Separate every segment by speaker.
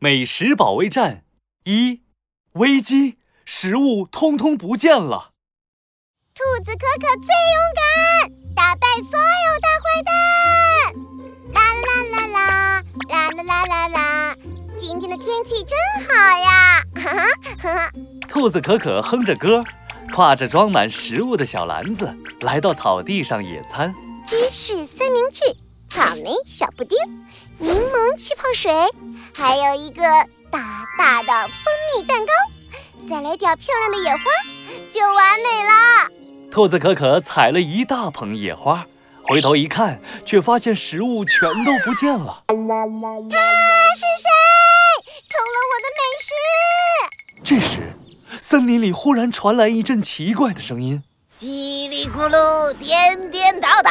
Speaker 1: 美食保卫战一：危机，食物通通不见了。
Speaker 2: 兔子可可最勇敢，打败所有大坏蛋！啦啦啦啦啦啦啦啦啦！今天的天气真好呀！哈哈哈哈！
Speaker 1: 兔子可可哼着歌，挎着装满食物的小篮子，来到草地上野餐。
Speaker 2: 芝士三明治、草莓小布丁、柠檬气泡水，还有一个大大的蜂蜜蛋糕，再来点漂亮的野花，就完美了。
Speaker 1: 兔子可可采了一大捧野花，回头一看，却发现食物全都不见了。
Speaker 2: 他是谁？偷了我的美食！
Speaker 1: 这时，森林里忽然传来一阵奇怪的声音。
Speaker 2: 叽里咕噜，颠颠倒倒。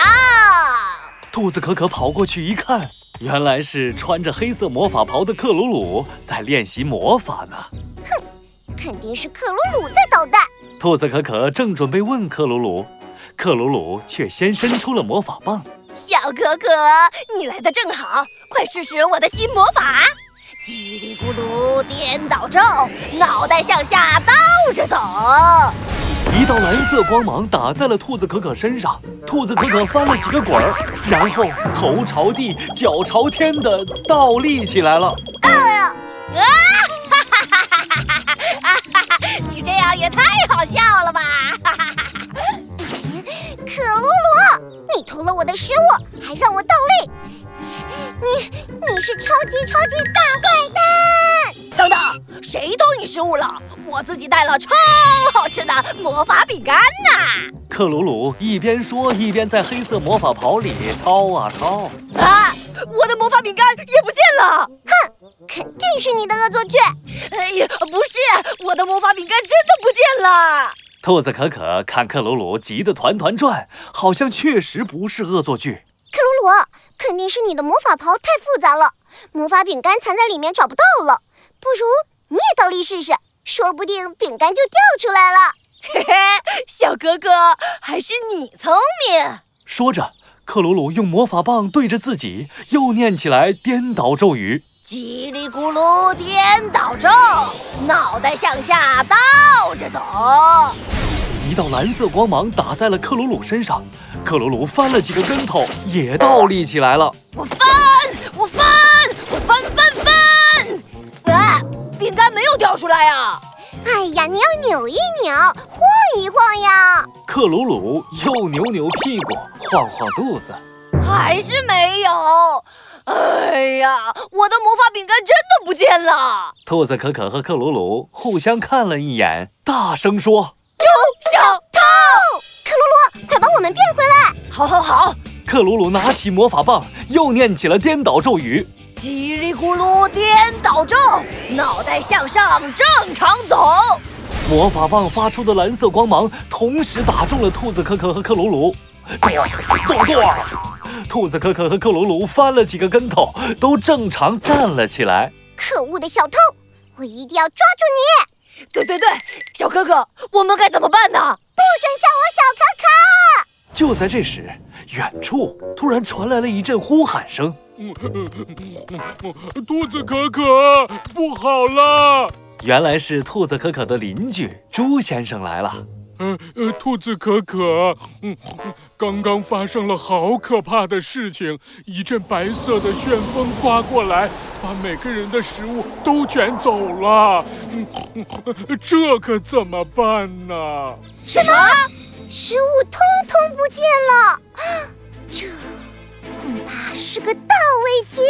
Speaker 1: 兔子可可跑过去一看，原来是穿着黑色魔法袍的克鲁鲁在练习魔法呢。
Speaker 2: 肯定是克鲁鲁在捣蛋。
Speaker 1: 兔子可可正准备问克鲁鲁，克鲁鲁却先伸出了魔法棒。
Speaker 3: 小可可，你来的正好，快试试我的新魔法！叽里咕噜颠倒咒，脑袋向下倒着走。
Speaker 1: 一道蓝色光芒打在了兔子可可身上，兔子可可翻了几个滚儿，然后头朝地、脚朝天的倒立起来了。
Speaker 3: 你这样也太好笑了 吧！
Speaker 2: 克鲁鲁，你偷了我的食物，还让我倒立，你你是超级超级大坏蛋！
Speaker 3: 等等，谁偷你食物了？我自己带了超好吃的魔法饼干呢、
Speaker 1: 克鲁鲁一边说，一边在黑色魔法袍里掏啊掏。
Speaker 3: 啊，我的魔法饼干也不见了！
Speaker 2: 肯定是你的恶作剧。
Speaker 3: 哎呀，不是，我的魔法饼干真的不见了！
Speaker 1: 兔子可可看克鲁鲁急得团团转，好像确实不是恶作剧。
Speaker 2: 克鲁鲁，肯定是你的魔法袍太复杂了，魔法饼干藏在里面找不到了。不如你也倒立试试，说不定饼干就掉出来了。
Speaker 3: 嘿嘿，小哥哥，还是你聪明。
Speaker 1: 说着，克鲁鲁用魔法棒对着自己又念起来颠倒咒语。
Speaker 3: 叽里咕噜颠倒咒，脑袋向下倒着走。
Speaker 1: 一道蓝色光芒打在了克鲁鲁身上，克鲁鲁翻了几个跟头，也倒立起来了。
Speaker 3: 我翻，我翻，我翻翻翻！哎，饼干没有掉出来啊！
Speaker 2: 哎呀，你要扭一扭，晃一晃呀！
Speaker 1: 克鲁鲁又扭扭屁股，晃晃肚子。
Speaker 3: 还是没有。哎呀，我的魔法饼干真的不见了！
Speaker 1: 兔子可可和克鲁鲁互相看了一眼，大声说
Speaker 3: 小偷，
Speaker 2: 克鲁鲁，快把我们变回来！
Speaker 3: 好好好，：“
Speaker 1: 克鲁鲁拿起魔法棒，又念起了颠倒咒语。
Speaker 3: 叽里咕噜颠倒咒，脑袋向上正常走。
Speaker 1: 魔法棒发出的蓝色光芒同时打中了兔子可可和克鲁鲁，咚咚咚！兔子可可和克鲁鲁翻了几个跟头，都正常站了起来。
Speaker 2: 可恶的小偷，我一定要抓住你！
Speaker 3: 对对对，小哥哥，我们该怎么办呢？
Speaker 2: 不准叫我小可可！
Speaker 1: 就在这时，远处突然传来了一阵呼喊声。
Speaker 4: 兔子可可，不好啦！
Speaker 1: 原来是兔子可可的邻居猪先生来了。
Speaker 4: 呃呃，兔子可可，嗯，刚刚发生了好可怕的事情，一阵白色的旋风刮过来，把每个人的食物都卷走了，嗯，嗯这可怎么办呢？
Speaker 2: 什么？食物通通啊不见了，这恐怕是个大危机！